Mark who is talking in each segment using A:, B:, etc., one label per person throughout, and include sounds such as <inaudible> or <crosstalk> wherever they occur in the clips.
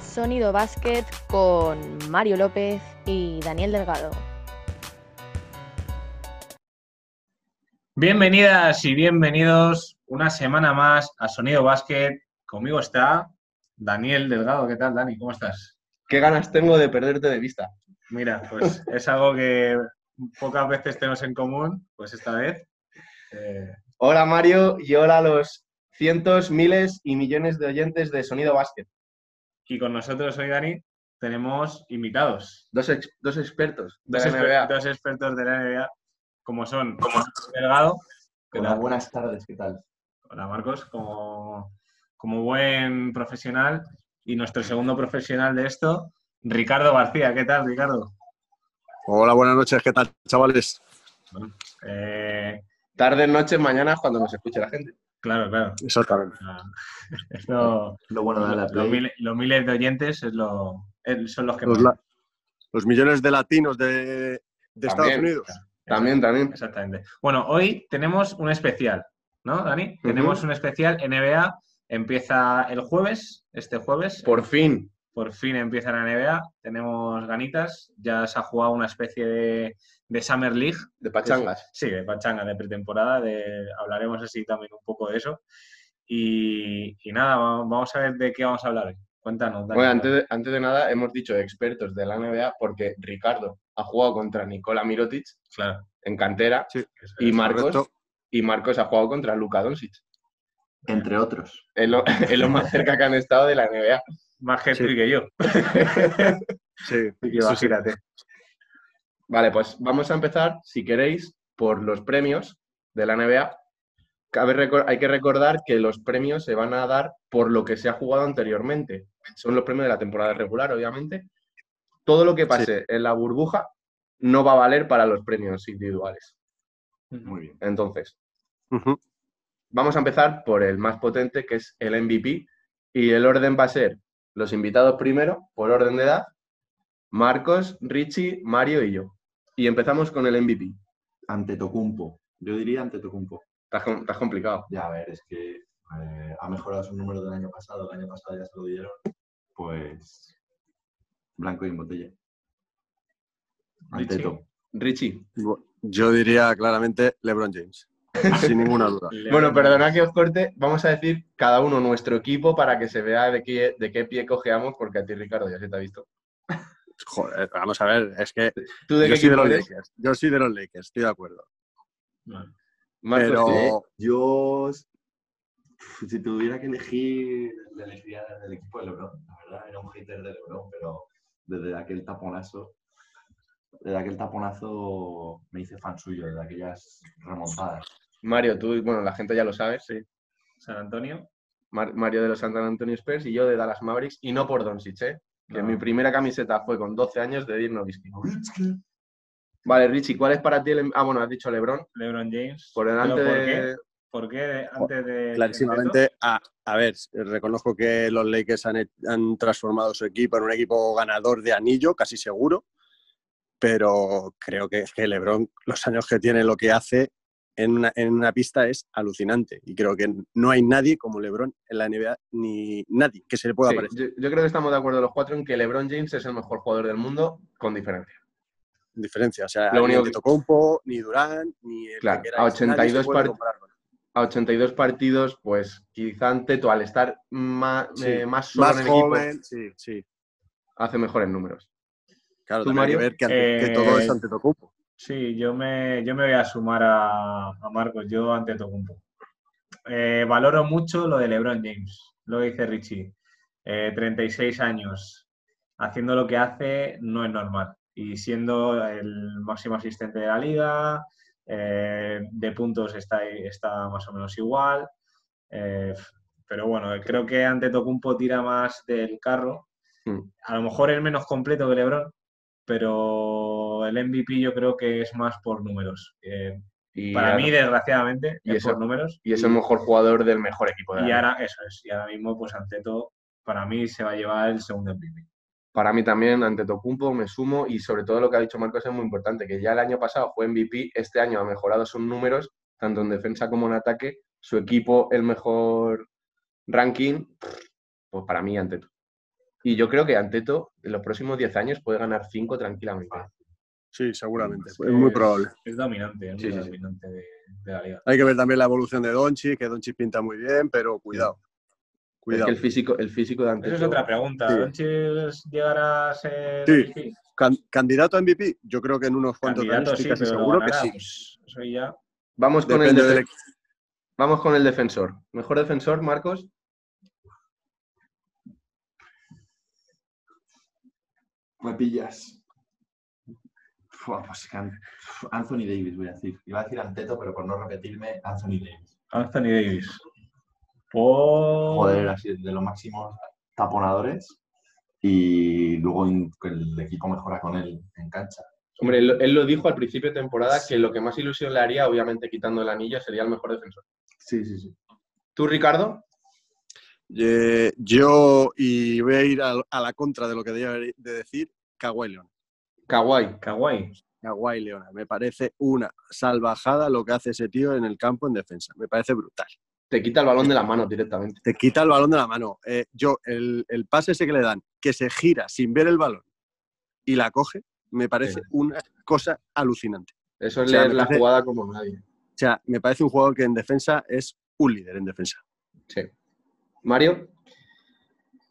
A: Sonido Basket con Mario López y Daniel Delgado.
B: Bienvenidas y bienvenidos una semana más a Sonido Basket. Conmigo está Daniel Delgado. ¿Qué tal, Dani? ¿Cómo estás?
C: Qué ganas tengo de perderte de vista.
B: Mira, <laughs> pues es algo que pocas veces tenemos en común, pues esta vez.
C: Eh... Hola Mario y hola a los cientos, miles y millones de oyentes de Sonido Básquet.
B: Y con nosotros hoy, Dani, tenemos invitados.
C: Dos, ex, dos expertos
B: de dos la NBA. Exper dos expertos de la NBA, como son como Delgado.
D: Hola, tal? buenas tardes, ¿qué tal?
B: Hola Marcos, como, como buen profesional y nuestro segundo profesional de esto, Ricardo García. ¿Qué tal, Ricardo?
E: Hola, buenas noches. ¿Qué tal, chavales? Bueno,
C: eh... Tarde, noche, mañana, cuando nos escuche la gente.
B: Claro, claro. <laughs>
E: Exactamente.
B: Esto, lo bueno de la play. Pues Los, miles, los, miles de oyentes es lo, son los que...
E: Los, la, los millones de latinos de, de Estados Unidos.
C: También, también.
B: Exactamente. Bueno, hoy tenemos un especial, ¿no, Dani? Uh -huh. Tenemos un especial NBA. Empieza el jueves, este jueves.
C: Por fin
B: por fin empieza la NBA, tenemos ganitas, ya se ha jugado una especie de, de Summer League.
C: De pachangas.
B: Es, sí, de pachangas, de pretemporada, de, hablaremos así también un poco de eso. Y, y, nada, vamos a ver de qué vamos a hablar hoy. Cuéntanos.
C: Dani, bueno, antes de, antes de, nada, hemos dicho expertos de la NBA porque Ricardo ha jugado contra Nicola Mirotic
B: claro.
C: en cantera sí, es, y, Marcos, correcto. y Marcos ha jugado contra Luka Doncic.
D: Entre otros.
C: Es lo, <laughs> es lo más cerca que han estado de la NBA
B: más que sí. tú y que yo.
C: sí, imagínate. Sí, sí. Vale, pues vamos a empezar, si queréis, por los premios de la NBA. Cabe hay que recordar que los premios se van a dar por lo que se ha jugado anteriormente. Son los premios de la temporada regular, obviamente. Todo lo que pase en la burbuja no va a valer para los premios individuales.
D: Muy bien.
C: Entonces, uh -huh. vamos a empezar por el más potente, que es el MVP. Y el orden va a ser los invitados primero, por orden de edad, Marcos, Richie, Mario y yo. Y empezamos con el MVP.
D: Ante Tocumpo. Yo diría ante Tocumpo.
C: Estás complicado.
D: Ya, a ver, es que eh, ha mejorado su número del año pasado. El año pasado ya se lo dieron. Pues. Blanco y en botella.
C: Ante Richie. Richie.
E: Yo diría claramente LeBron James. Sin ninguna
B: <laughs>
E: duda.
C: bueno, perdona que os corte. Vamos a decir cada uno nuestro equipo para que se vea de qué, de qué pie cojeamos, porque a ti, Ricardo, ya se te ha visto.
E: Joder, vamos a ver, es que.
C: ¿Tú de
E: yo
C: qué
E: soy de los eres? Lakers. Yo soy de los Lakers, estoy de acuerdo.
D: Vale. Marcos, Pero ¿sí? Eh, yo. Si tuviera que elegir, le elegiría del equipo de LeBron. La verdad, era un hater de LeBron, pero desde aquel taponazo desde aquel taponazo me hice fan suyo, desde aquellas remontadas.
C: Mario, tú, bueno, la gente ya lo sabe, sí.
B: San Antonio.
C: Mar Mario de los San Antonio Spurs y yo de Dallas Mavericks, y no por Doncic, ¿eh? No. Que mi primera camiseta fue con 12 años de Dirk Nowitzki. Vale, Richie, ¿cuál es para ti el... Ah, bueno, has dicho LeBron.
B: LeBron James.
C: Por delante
B: por
C: de...
B: Qué? ¿Por qué antes de...?
E: Eh, Clarísimamente, a, a, ver, reconozco que los Lakers han, han transformado su equipo en un equipo ganador de anillo, casi seguro pero creo que, que Lebron, los años que tiene, lo que hace en una, en una, pista es alucinante. Y creo que no hay nadie como Lebron en la NBA, ni nadie que se le pueda sí, parecer.
C: Yo, yo, creo que estamos de acuerdo los cuatro en que Lebron James es el mejor jugador del mundo, con diferencia.
E: Diferencia, o sea, lo único ni Tocompo, que... ni Durán, ni el
C: claro, que a 82 part... A 82 partidos, pues quizá ante tú, al estar más, sí, eh, más solo
E: más
C: en el
E: joven,
C: equipo,
E: sí, sí.
C: hace mejores números.
E: Claro, también hay que ver que, eh, que todo es ante Tocumpo.
B: Sí, yo me, yo me voy a sumar a, a Marcos, yo ante Tocumpo. Eh, valoro mucho lo de LeBron James, lo que dice Richie. Eh, 36 años, haciendo lo que hace no es normal. Y siendo el máximo asistente de la liga, eh, de puntos está, está más o menos igual. Eh, pero bueno, creo que ante Tocumpo tira más del carro. Mm. A lo mejor es menos completo que LeBron, pero el MVP yo creo que es más por números. Eh, y para ahora, mí, desgraciadamente,
C: y
B: es
C: eso,
B: por números.
C: Y es el mejor jugador del mejor equipo. De
B: y ahora, eso es. Y ahora mismo, pues Anteto, para mí, se va a llevar el segundo MVP.
C: Para mí también, Anteto Cumpo, me sumo y sobre todo lo que ha dicho Marcos es muy importante, que ya el año pasado fue MVP, este año ha mejorado sus números, tanto en defensa como en ataque, su equipo el mejor ranking, pues para mí Anteto. Y yo creo que Anteto en los próximos 10 años puede ganar 5 tranquilamente.
E: Sí, seguramente. pues, Eh, Es muy probable.
B: Es dominante, es
C: Sí,
B: muy
C: sí, sí.
B: dominante de, de la liga.
E: Hay que ver también la evolución de Donchi, que Donchi pinta muy bien, pero cuidado.
C: Es
E: Cuidado.
C: que el físico, el físico de
B: Eso
C: Anteto.
B: es otra pregunta.
E: Sí.
B: ¿Doncic llegará a ser
E: Sí.
B: MVP?
E: Can- ¿Candidato a MVP? Yo creo que en unos cuantos años
B: Candidato,
E: estoy
B: sí,
E: casi
B: pero
E: seguro que
B: ganará,
E: sí.
B: pues, eso ya.
C: Vamos con, el
E: Depende
C: defe-
E: del equipo.
C: Vamos con el defensor. ¿Mejor defensor, Marcos?
D: Me pillas. Fua, pues, An- Anthony Davis, voy a decir. Iba a decir Anteto, pero por no repetirme, Anthony Davis.
B: Anthony Davis. Por...
D: Joder, así de los máximos taponadores. Y luego in- que el equipo mejora con él en cancha.
C: Hombre, él, él lo dijo al principio de temporada que lo que más ilusión le haría, obviamente quitando el anillo, sería el mejor defensor.
D: Sí, sí, sí.
C: ¿Tú, Ricardo?
E: Eh, yo, y voy a ir a, a la contra de lo que debía haber- de decir, Kawhi Leonard.
C: Kawhi.
B: Kawhi.
E: Kawhi Leonard. Me parece una salvajada lo que hace ese tío en el campo en defensa. Me parece brutal.
C: Te quita el balón de las manos directamente.
E: Te quita el balón de la mano. Eh, yo, el, el pase ese que le dan, que se gira sin ver el balón y la coge, me parece
C: Sí.
E: una cosa alucinante.
C: Eso es
E: O sea,
C: leer
E: me
C: la
E: parece-
C: jugada como nadie.
E: O sea, me parece un jugador que en defensa es un líder en defensa.
C: Sí. Mario,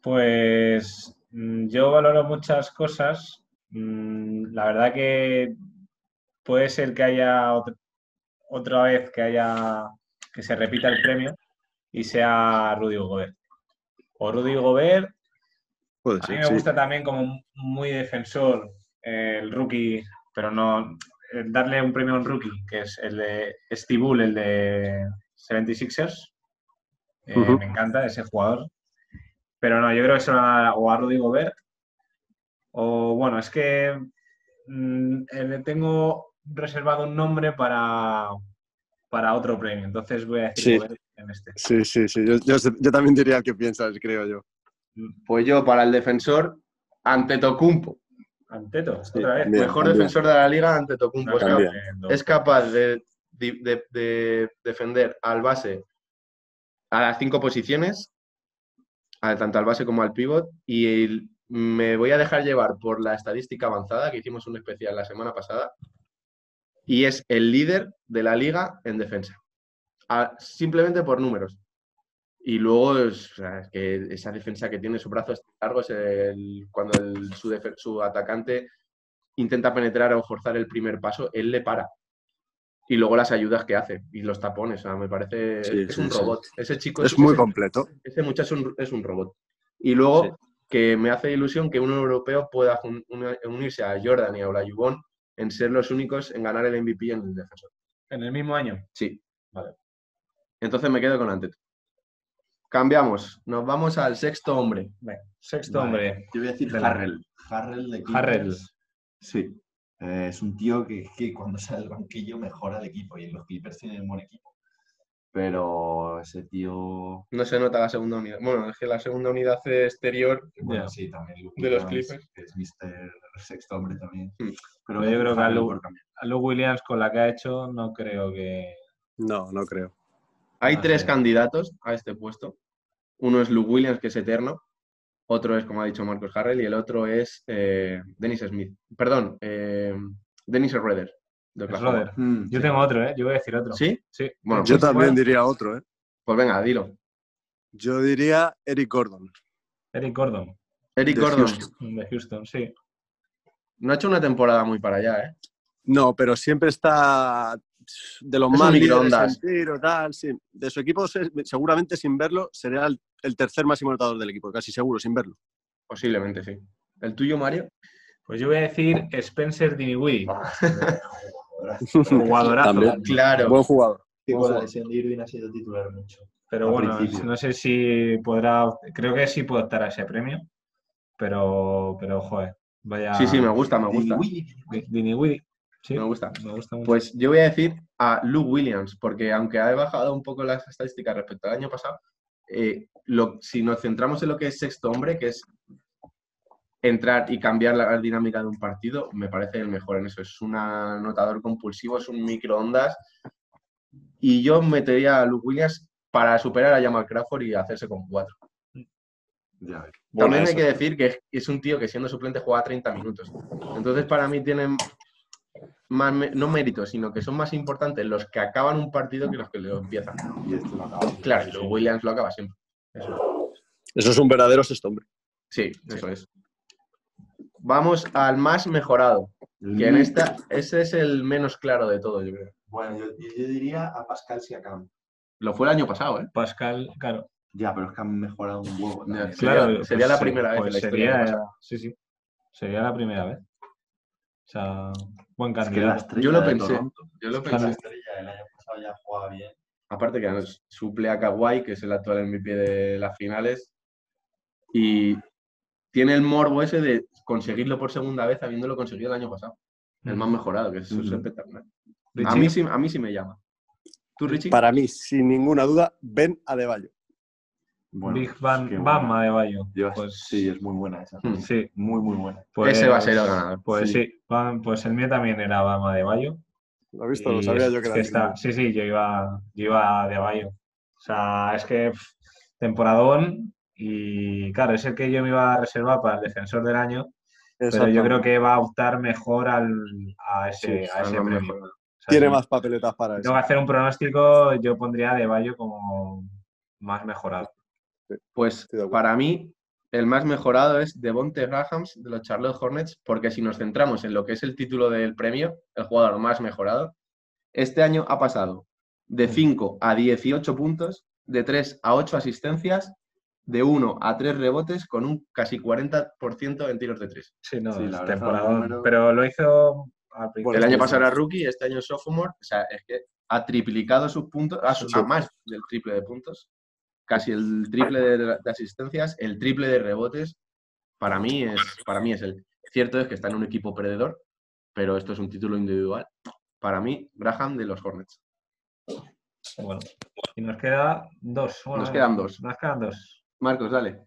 B: Pues mm, yo valoro muchas cosas. Mm, La verdad que puede ser que haya ot- otra vez que haya que se repita el premio y sea Rudy Gobert. O Rudy Gobert
E: Puede
B: A
E: ser,
B: mí me
E: sí.
B: gusta también como muy defensor eh, el rookie, pero no eh, darle un premio a un rookie, que es el de Steve Bull, el de 76ers. Eh,
E: Ujú.
B: Me encanta ese jugador. Pero no, yo creo que se lo van a dar o a Rudy Gobert. O bueno, es que mm, eh, le tengo reservado un nombre para, para otro premio, entonces voy a decir
E: Sí.
B: Gobert en este.
E: Sí, sí, sí. Yo, yo- yo también diría el que piensas, creo yo.
C: pues yo para el defensor, Antetokounmpo.
B: Anteto,
E: Sí,
B: otra vez. Pues
E: Bien,
C: mejor
E: también.
C: defensor de la liga, Antetokounmpo. Es,
E: También.
C: cap- es capaz de, de- de- de defender al base a las cinco posiciones, al- tanto al base como al pivot, y el- me voy a dejar llevar por la estadística avanzada que hicimos un especial la semana pasada, y es el líder de la liga en defensa, A- simplemente por números. Y luego es, o sea, es que esa defensa que tiene, sus brazos largos, el- cuando el- su, defe- su atacante intenta penetrar o forzar el primer paso, él le para. Y luego las ayudas que hace y los tapones, o sea, me parece.
E: Sí,
C: es un
E: sí, sí.
C: robot. Ese chico
E: Es muy
C: ese-
E: completo.
C: ese muchacho es un, es un robot. Y luego,
E: Sí.
C: que me hace ilusión que un europeo pueda jun- una- unirse a Jordan y a Olajuwon en ser los únicos en ganar el MVP en el defensor.
B: En el mismo año.
C: Sí.
B: Vale.
C: Entonces me quedo con Anteto. Cambiamos. Nos vamos al sexto hombre.
B: Sexto
D: Vale.
B: hombre.
D: Yo voy a decir
B: Venga.
D: Harrell. Harrell de Clippers.
B: Harrell.
D: Sí. Eh, es un tío que, que cuando sale del banquillo mejora el equipo y los Clippers tienen un buen equipo. Pero ese tío.
C: No se nota la segunda unidad. Bueno, es que la segunda unidad exterior.
D: Bueno,
B: Ya.
D: sí, también. Luke
C: De los
D: Williams,
C: Clippers.
D: que Es Mr. Sexto Hombre también.
C: Mm.
D: Pero
B: Yo creo que a
D: Harrell
B: Luke-
D: por cambiar.
B: a Luke Williams con la que ha hecho, no creo que.
E: No, no creo.
C: Hay
B: Ah,
C: tres
B: sí.
C: candidatos a este puesto. Uno es Luke Williams, que es eterno. Otro es, como ha dicho Marcos Harrell, y el otro es eh, Dennis Smith. Perdón, eh, Dennis Schroeder. de Oklahoma.
B: Schroeder.
D: Mm,
B: Yo
D: sí.
B: tengo otro, ¿eh? Yo voy a decir otro.
C: ¿Sí?
B: Sí.
C: Bueno,
E: Yo
C: pues,
E: también
B: bueno.
E: diría otro, ¿eh?
C: pues venga, dilo.
E: Yo diría Eric Gordon.
B: Eric Gordon,
C: Eric
E: de
C: Gordon.
E: Houston.
B: de Houston, sí.
C: No ha hecho una temporada muy para allá, ¿eh?
E: No, pero siempre está de los
C: Es un
E: más líderes
C: microondas.
E: en tiro, tal, sí. De su equipo, se- seguramente sin verlo, será el, el tercer máximo anotador del equipo, casi seguro, sin verlo.
C: Posiblemente, sí. ¿El tuyo, Mario?
B: Pues yo voy a decir Spencer Dinwiddie,
D: Ah,
B: <laughs>
D: joder,
B: jugadorazo.
E: También.
C: Claro.
E: Buen jugador.
D: que con la lesión de Irving ha sido titular mucho.
B: Pero
D: Al
B: bueno,
D: principio.
B: no sé si podrá. Creo que sí puede optar a ese premio. Pero, pero joder, vaya.
C: Sí, sí, me gusta, me gusta.
B: Di- Dinwiddie, sí.
C: Me gusta.
B: Me gusta mucho.
C: Pues yo voy a decir a Luke Williams, porque aunque ha bajado un poco las estadísticas respecto al año pasado, eh, lo- si nos centramos en lo que es sexto hombre, que es entrar y cambiar la dinámica de un partido, me parece el mejor en eso. Es un anotador compulsivo, es un microondas. Y yo metería a Luke Williams para superar a Jamal Crawford y hacerse con cuatro.
D: Ya
C: También
D: ves.
E: Bueno,
C: hay
E: eso.
C: que decir que es- es un tío que siendo suplente juega 30 minutos. Entonces, para mí tienen más, mé- no méritos, sino que son más importantes los que acaban un partido que los que lo empiezan.
D: Y esto lo acabamos.
C: Claro, y luego Williams lo acaba siempre.
E: Eso es un verdadero sexto hombre.
C: Sí, eso es. Vamos al más mejorado,
D: El
C: que en
D: mío-
C: esta, ese es el menos claro de todo, yo creo.
D: Bueno, yo, yo- yo diría a Pascal Siakam.
C: Lo fue el año pasado, ¿eh?
B: Pascal, claro.
D: Ya, pero es que han mejorado un huevo.
C: Ya,
D: también. ¿eh?
C: Sería-
B: claro
C: sería la
B: sí, pues
C: primera vez en la historia
B: sería-
C: que
B: sí, sí. Sería la primera vez. O sea, buen
D: Es que la
B: candidato.
D: estrella
C: Yo lo
D: de
C: pensé.
D: Toronto.
C: Yo lo
D: La
C: pensé.
D: estrella del año pasado ya jugaba bien.
C: Aparte que nos suple a Kawhi, que es el actual MVP de las finales, y tiene el morbo ese de conseguirlo por segunda vez habiéndolo conseguido el año pasado. El más mejorado, que eso es
D: Ujú.
C: espectacular. A
B: Mm. Richie,
C: mí, sí, a mí sí me llama. ¿Tú, Richie?
E: Para mí, sin ninguna duda, Ben Adebayo.
D: Bueno,
B: Big
D: es
B: Bang,
D: que
B: Bam
D: buena.
B: Adebayo.
D: Yo-
B: Pues-
D: Sí, es muy buena esa.
C: Mm.
B: Sí,
D: Muy, muy buena.
B: pues,
C: Ese va a ser el ganador.
B: Pues sí, Bam- pues el mío también era Bam Adebayo.
E: ¿Lo has visto?
B: Y
E: Lo sabía
B: es
E: yo que era.
B: está-
E: ninguno.
B: Sí, sí, yo iba, yo iba de Bayo. O sea, es que pf, temporadón y claro, es el que yo me iba a reservar para el defensor del año, pero yo
E: Exacto.
B: creo que va a optar mejor al, a ese,
E: Sí,
B: a ese
C: al
B: premio.
C: mejor.
B: O sea,
E: Tiene
B: si
E: más papeletas para eso.
B: Tengo que hacer un pronóstico, yo pondría a De Bayo como más mejorado.
C: Pues
E: Estoy de acuerdo.
C: para mí, el más mejorado es Devonte Grahams de los Charlotte Hornets, porque si nos centramos en lo que es el título del premio, el jugador más mejorado, este año ha pasado de 5 a 18 puntos, de 3 a 8 asistencias, de 1 a 3 rebotes, con un casi 40% en tiros de 3.
B: Sí, no,
D: Sí, la verdad,
B: temporadón.
D: número-
B: Pero lo hizo al
E: Bueno,
B: principio.
C: El año
E: sí,
C: pasado
E: sí.
C: era rookie, este año es sophomore, o sea, es que ha triplicado sus puntos, a, su- a más del triple de puntos, casi el triple de, de asistencias, el triple de rebotes. Para mí es, para mí es el cierto es que está en un equipo perdedor, pero esto es un título individual. Para mí, Graham de los Hornets.
B: Bueno, y nos queda dos. Bueno,
C: Nos quedan dos.
B: Nos quedan dos.
C: Marcos, dale.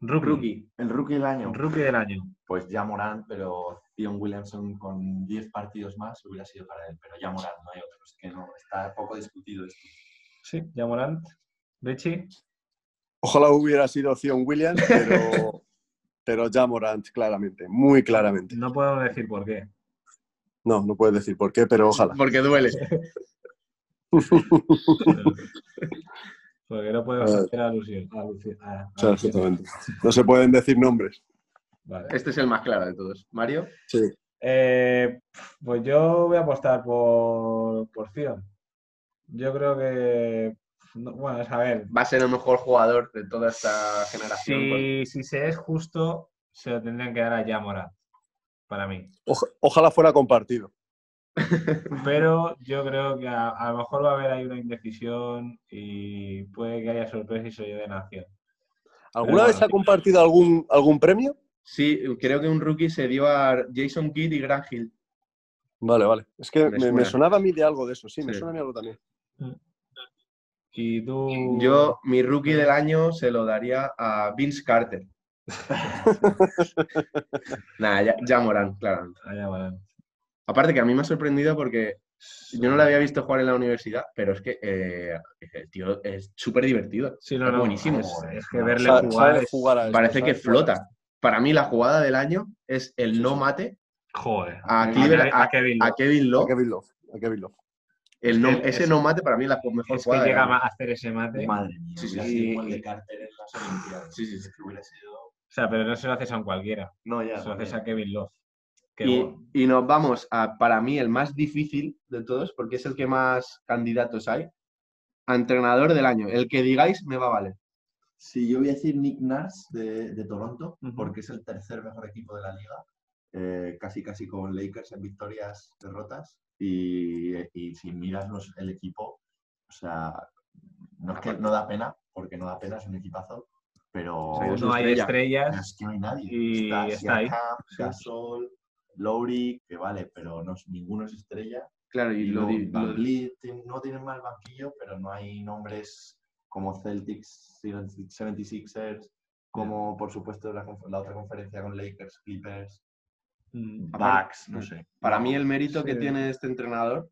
B: Rookie.
C: Rookie.
D: El rookie del año.
B: Rookie del año.
D: Pues ya Morán, pero Zion Williamson con 10 partidos más hubiera sido para él. Pero ya Morán, no hay otros. Que no, está poco discutido esto.
B: Sí, Jamorant. Richie.
E: Ojalá hubiera sido Zion
B: <laughs>
E: Williams, pero, pero ya Morant, claramente, muy claramente.
B: No podemos decir por qué.
E: No, no puedes decir por qué, pero ojalá.
C: Porque duele.
B: Porque no podemos
E: A ver.
B: hacer alusión. alusión- a-
E: O sea,
B: ah, alusión.
E: absolutamente. No se pueden decir nombres.
B: Vale.
C: Este es el más claro de todos. Mario,
E: Sí.
B: Eh, pues yo voy a apostar por, por Zion. Yo creo que. no- bueno, es a ver.
C: va a ser el mejor jugador de toda esta generación. pues,
B: Si, si se es justo, se lo tendrían que dar a Jamorant. Para <laughs> mí.
E: Oja- ojalá fuera compartido.
B: Pero yo creo que a, a lo mejor va a haber ahí una indecisión y puede que haya sorpresa y se de nación.
E: ¿Alguna vez
B: bueno,
E: ha compartido algún, algún premio?
C: Sí, creo que un rookie se dio a Jason Kidd y Grant Hill.
E: Vale, vale. Es que
C: Me
E: me, me
C: suena.
E: sonaba a mí de algo de eso, sí, me
C: Sí.
E: suena a mí algo también.
B: Y tú.
C: Yo, mi rookie del año se lo daría a Vince Carter. Nada, ya, ya Morán, claro.
B: Ah, ya, vale.
C: Aparte que a mí me ha sorprendido porque yo no lo había visto jugar en la universidad, pero es que eh, el tío es súper divertido.
B: Sí, no,
C: Es
B: no,
C: buenísimo.
B: Es, es que
D: Joder,
B: verle
E: Sa-
B: jugar.
E: sabe
B: es-
E: jugar a esto,
C: Parece que
E: sabe jugar a esto.
C: flota. Para mí la jugada del año es el no mate
B: Joder.
C: a
B: Ke-
C: Cleveland-
B: a Kevin
C: a
B: Love.
C: Kevin
E: A
C: Love.
E: Kevin Love, a Kevin Love.
C: El no-
B: Es que-
C: ese
B: es-
C: no mate para mí es la mejor
B: Es que
C: jugada. del
B: llega
C: año.
B: a hacer ese mate. O
D: Madre mía,
C: Sí, sí,
D: hubiera
C: sí.
D: sido igual de Carter en las Olimpiadas.
C: Sí, sí, sí.
D: Que hubiera sido...
B: sea, pero no se lo haces a un cualquiera.
D: No, ya.
B: Se lo haces
D: también.
B: a Kevin Love. Qué
C: Y,
B: bueno.
C: y nos vamos a, para mí, el más difícil de todos, porque es el que más candidatos hay, a entrenador del año. El que digáis me va a valer.
D: Sí, yo voy a decir Nick Nars de, de Toronto,
B: Ujú.
D: porque es el tercer mejor equipo de la liga, eh, casi casi con Lakers en victorias, derrotas, y, y si miras los- el equipo, o sea, no es que no da pena, porque no da pena, es un equipazo, pero
C: sea,
B: No hay estrellas.
D: es que no hay nadie.
B: Y está ahí.
D: Siakam,
B: Sí.
D: Gasol, Lowry, que vale, pero no, es- ninguno es estrella.
C: Claro, y,
D: Y
C: lo,
D: no,
C: di- lo-
D: Van Vliet, ti- no tienen mal banquillo, pero no hay nombres como Celtics, 76ers, como por supuesto la, conf- la otra conferencia con Lakers, Clippers,
B: Mm.
D: Bucks, no sé.
C: para mí el mérito que
B: Sí.
C: tiene este entrenador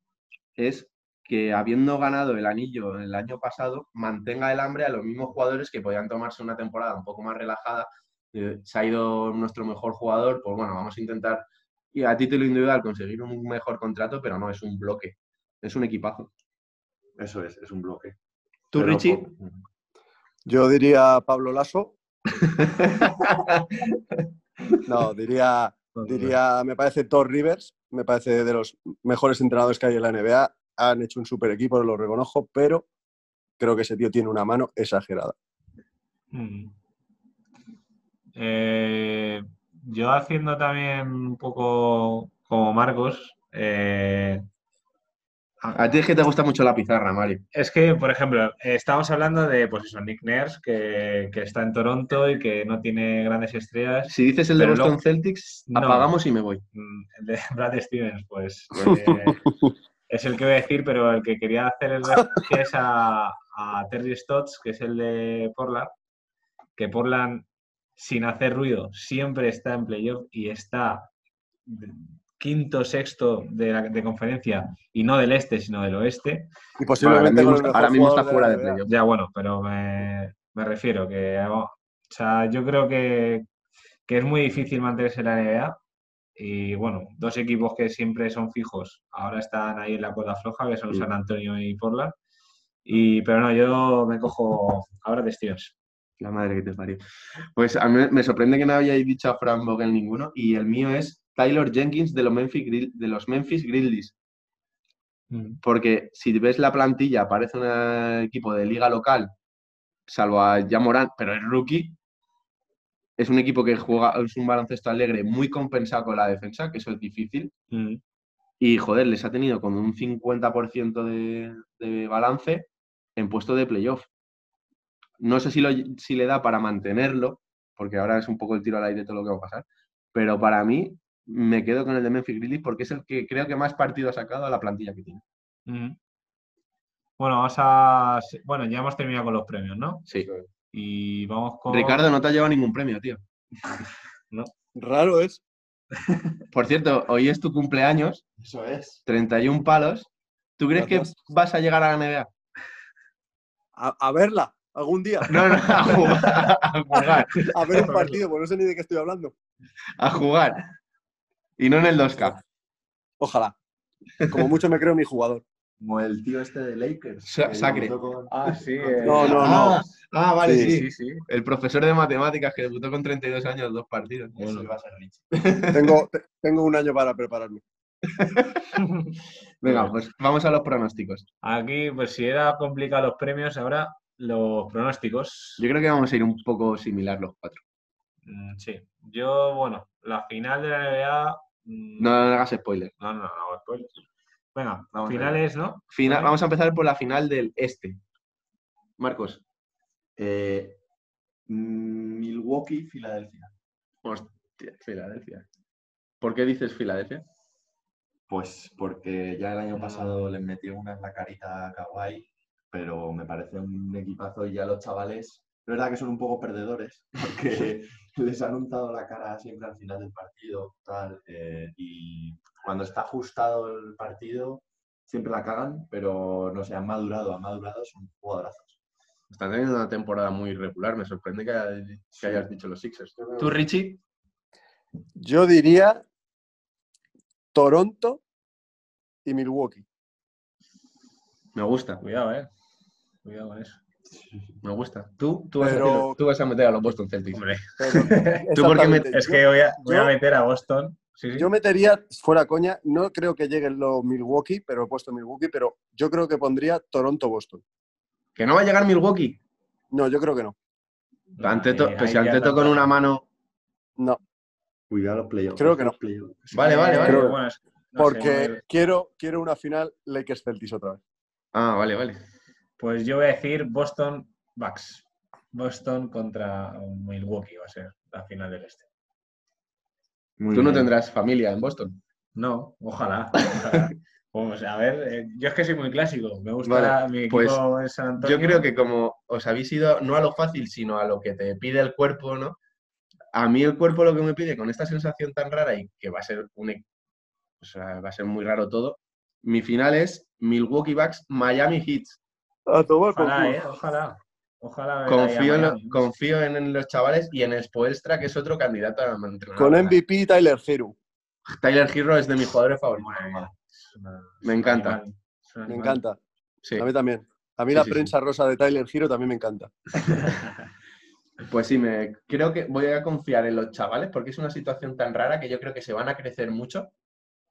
C: es que habiendo ganado el anillo el año pasado, mantenga el hambre a los mismos jugadores que podían tomarse una temporada un poco más relajada. Eh, se ha ido nuestro mejor jugador, pues bueno, vamos a intentar y a título individual conseguir un mejor contrato, pero no, es un bloque, es un equipazo.
D: Eso es, es un bloque.
C: ¿Tú,
D: Pero mm,
C: Richie?
D: por-
E: Yo diría Pablo
C: <laughs>
E: Lasso. no, diría,
B: pues,
E: diría, me parece Thor Rivers, me parece de los mejores entrenadores que hay en la NBA. Han hecho un super equipo, lo reconozco, pero creo que ese tío tiene una mano exagerada.
B: Mm. Eh, yo haciendo también un poco como Marcos, eh,
C: A ti es que te gusta mucho la pizarra, Mario.
B: es que, por ejemplo, eh, estamos hablando de pues eso, Nick Nurse, que, que está en Toronto y que no tiene grandes estrellas.
C: Si dices el de
B: Pero
C: Boston
B: luego-
C: Celtics,
B: No.
C: apagamos y me voy.
B: Mm, El de <laughs> Brad Stevens, pues, pues, eh, es el que voy a decir, pero el que quería hacer el referencia es a, a Terry Stotts, que es el de Portland, que Portland, sin hacer ruido, siempre está en playoff y está de- quinto, sexto de, la, de conferencia, y no del este, sino del oeste.
E: Y
C: Ahora
E: posiblemente
C: mismo,
E: con el mejor
C: ahora mismo está
E: jugador
C: fuera
E: la
C: de
E: NBA.
C: playoff.
B: Ya bueno, pero me, me refiero que o sea, yo creo que, que es muy difícil mantenerse en la NBA. Y bueno, dos equipos que siempre son fijos, ahora están ahí en la cuerda floja, que son
E: Mm.
B: San Antonio y Portland. Y, pero no, yo me cojo ahora de Stevens.
C: La madre que te parió. Pues a mí me sorprende que no hayáis dicho a Frank Vogel ninguno. Y el mío es Tyler Jenkins de los Memphis, Grill- de los Memphis Grizzlies.
B: Mm,
C: Porque si ves la plantilla, parece un equipo de liga local, salvo a Morán, pero es rookie. Es un equipo que juega, es un baloncesto alegre, muy compensado con la defensa, que eso es difícil.
B: Mm.
C: Y joder, les ha tenido como un 50% de, de balance en puesto de playoff. No sé si, lo, si le da para mantenerlo, porque ahora es un poco el tiro al aire todo lo que va a pasar, pero para mí me quedo con el de Memphis Grizzlies porque es el que creo que más partido ha sacado a la plantilla que tiene.
B: Mm. Bueno, vamos a. Bueno, ya hemos terminado con los premios, ¿no?
C: Sí.
B: Y vamos con.
C: Ricardo, no te ha llevado ningún premio, tío.
E: Raro es.
C: Por cierto, hoy es tu cumpleaños,
D: Eso es.
C: 31 palos. ¿Tú crees que
E: Gracias.
C: vas a llegar a la NBA?
E: A, a verla
C: <laughs>
E: algún día.
C: No, no, a jugar. A jugar.
E: A ver un partido, pues no sé ni de qué estoy hablando.
C: a jugar. Y no en el 2K.
E: Ojalá. Como mucho me creo mi jugador.
D: Como el tío este de Lakers.
C: Sa-
D: que
C: Sacre.
D: debutó con-
B: Ah, sí, eh.
E: No, no, no.
C: Ah, ah, vale,
E: Sí,
C: sí,
B: Sí, sí.
C: El profesor de matemáticas que debutó con 32 años, dos partidos.
D: Eso
B: Bueno.
D: iba a ser Richie.
E: Tengo, te- tengo un año para prepararme.
B: <laughs>
C: Venga, pues vamos a los pronósticos.
B: Aquí, pues si era complicado los premios, ahora los pronósticos.
C: Yo creo que vamos a ir un poco similar los cuatro.
B: Mm, Sí, yo, bueno, la final de la NBA. mm,
C: No hagas spoiler.
B: no, no, no, hago spoilers. Venga,
D: Vamos allá.
B: finales, ¿no?
C: Final,
B: Vale.
C: vamos a empezar por la final del este. Marcos.
D: Eh, mm, Milwaukee, Filadelfia.
C: Hostia, Filadelfia. ¿Por qué dices Filadelfia?
D: Pues porque ya el año
B: Mm.
D: pasado les metió una en la carita a Kawhi, pero me parece un equipazo y ya los chavales, es verdad que son un poco perdedores, <laughs> porque les han untado la cara siempre al final del partido, tal, eh, y cuando está ajustado el partido siempre la cagan, pero no sé, han madurado, han madurado, son jugadorazos.
C: Están teniendo una temporada muy irregular. Me sorprende que, hay- que hayas dicho los Sixers. ¿Tú, Richie?
E: Yo diría Toronto y Milwaukee.
C: Me gusta,
B: Cuidado, eh. Cuidado con eso.
C: me gusta. ¿Tú? Tú vas,
E: Pero-
C: a, decirlo. Tú vas a meter a los Boston Celtics.
B: Hombre,
E: Pero-
C: <laughs> Tú porque me-
E: Exactamente.
B: es que voy a, voy a
E: yo-
B: meter a Boston. Sí,
E: Yo,
B: sí.
E: yo metería, fuera coña, no creo que lleguen los Milwaukee, pero he puesto Milwaukee, pero yo creo que pondría Toronto-Boston.
C: ¿Que no va a llegar Milwaukee?
E: No, yo creo que no.
C: Anteto,
B: Ahí-
C: pues si
B: ahí ya
C: Anteto
B: está.
C: con una mano...
E: No,
D: Cuidado los playoffs.
E: Creo que no.
D: los playoffs.
C: Vale, vale,
B: Eh,
C: vale.
E: Creo-
B: bueno, es- no sé,
E: porque
B: no sé.
E: quiero, quiero una final Lakers-Celtics otra vez.
C: Ah, vale, vale.
B: Pues yo voy a decir Boston Bucks. Boston contra Milwaukee va a ser la final del este.
D: Muy
C: Tú no
D: bien.
C: tendrás familia en Boston.
B: No,
C: <laughs>
B: ojalá. ojalá. Vamos a ver, eh, yo es que soy muy clásico. Me gusta
C: Vale,
B: mi
C: pues,
B: equipo es San Antonio.
C: Yo creo que como os habéis ido no a lo fácil, sino a lo que te pide el cuerpo, ¿no? A mí el cuerpo lo que me pide con esta sensación tan rara y que va a ser un... e- O sea, va a ser muy raro todo, Mi final es Milwaukee Bucks Miami Heat.
E: A tomar por
B: Ojalá,
E: culo.
B: eh, ojalá. Ojalá. ver ahí a
C: Confío, en, lo-
B: Miami.
C: confío en, en los chavales y en Spoelstra, que es otro candidato a entrenador.
E: Con MVP y Tyler Hero.
C: Tyler Hero es de mis jugadores favoritos.
B: Bueno, es una-
C: Me
B: es un
C: encanta.
B: animal, es un
E: Me
B: animal.
E: encanta.
C: Sí.
E: A mí también. A mí
C: Sí,
E: la
C: sí,
E: prensa rosa de Tyler Hero también me encanta.
C: Pues sí, me, creo que voy a confiar en los chavales porque es una situación tan rara que yo creo que se van a crecer mucho.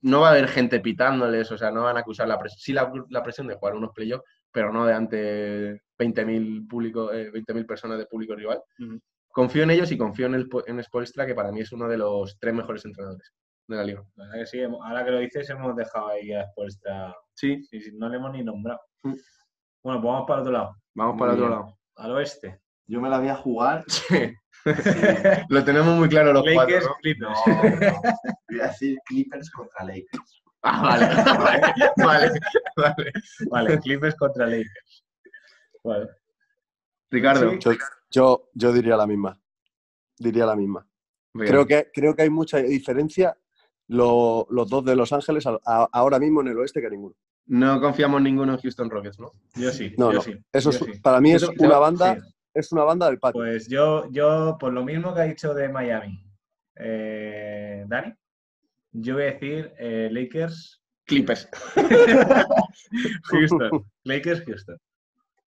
C: No va a haber gente pitándoles, o sea, no van a acusar la presión. Sí, la, la presión de jugar unos playoffs, pero no de ante 20.000 público, eh, 20.000 personas de público rival.
B: Ujú.
C: Confío en ellos y confío en, el, en Spoelstra, que para mí es uno de los tres mejores entrenadores de la liga.
B: La verdad que sí, hemos- ahora que lo dices, hemos dejado ahí a Spoelstra.
C: Sí,
B: Sí, sí, no le hemos ni nombrado.
C: Mm.
B: Bueno, pues vamos para el otro lado,
C: vamos
D: Muy
C: para el otro
D: bien.
C: lado. <laughs>
B: al oeste.
D: Yo me la voy a <laughs> jugar.
C: Sí. Lo tenemos muy claro los
B: Lakers,
C: cuatro. ¿no?
D: No,
B: Clippers.
D: no. Voy a decir Clippers contra Lakers.
C: Ah, vale, <laughs> vale, vale.
B: Vale, Clippers contra Lakers. Vale.
C: Ricardo,
B: Sí.
E: Yo, yo, yo diría la misma. Diría la misma. Creo que, creo que hay mucha diferencia lo- los dos de Los Ángeles a- a- ahora mismo en el oeste que ninguno.
C: no confiamos ninguno en Houston Rockets, ¿no?
B: Yo sí,
E: No,
B: yo
E: no.
B: sí.
E: Eso
B: yo
E: es-
B: sí.
E: para mí es
C: Yo-
E: una banda,
B: sí.
E: es una banda del patio.
B: Pues yo, yo, por lo mismo que ha dicho de Miami, eh, Dani, yo voy a decir eh, Lakers,
C: Clippers.
E: <laughs>
B: Houston. Lakers, Houston.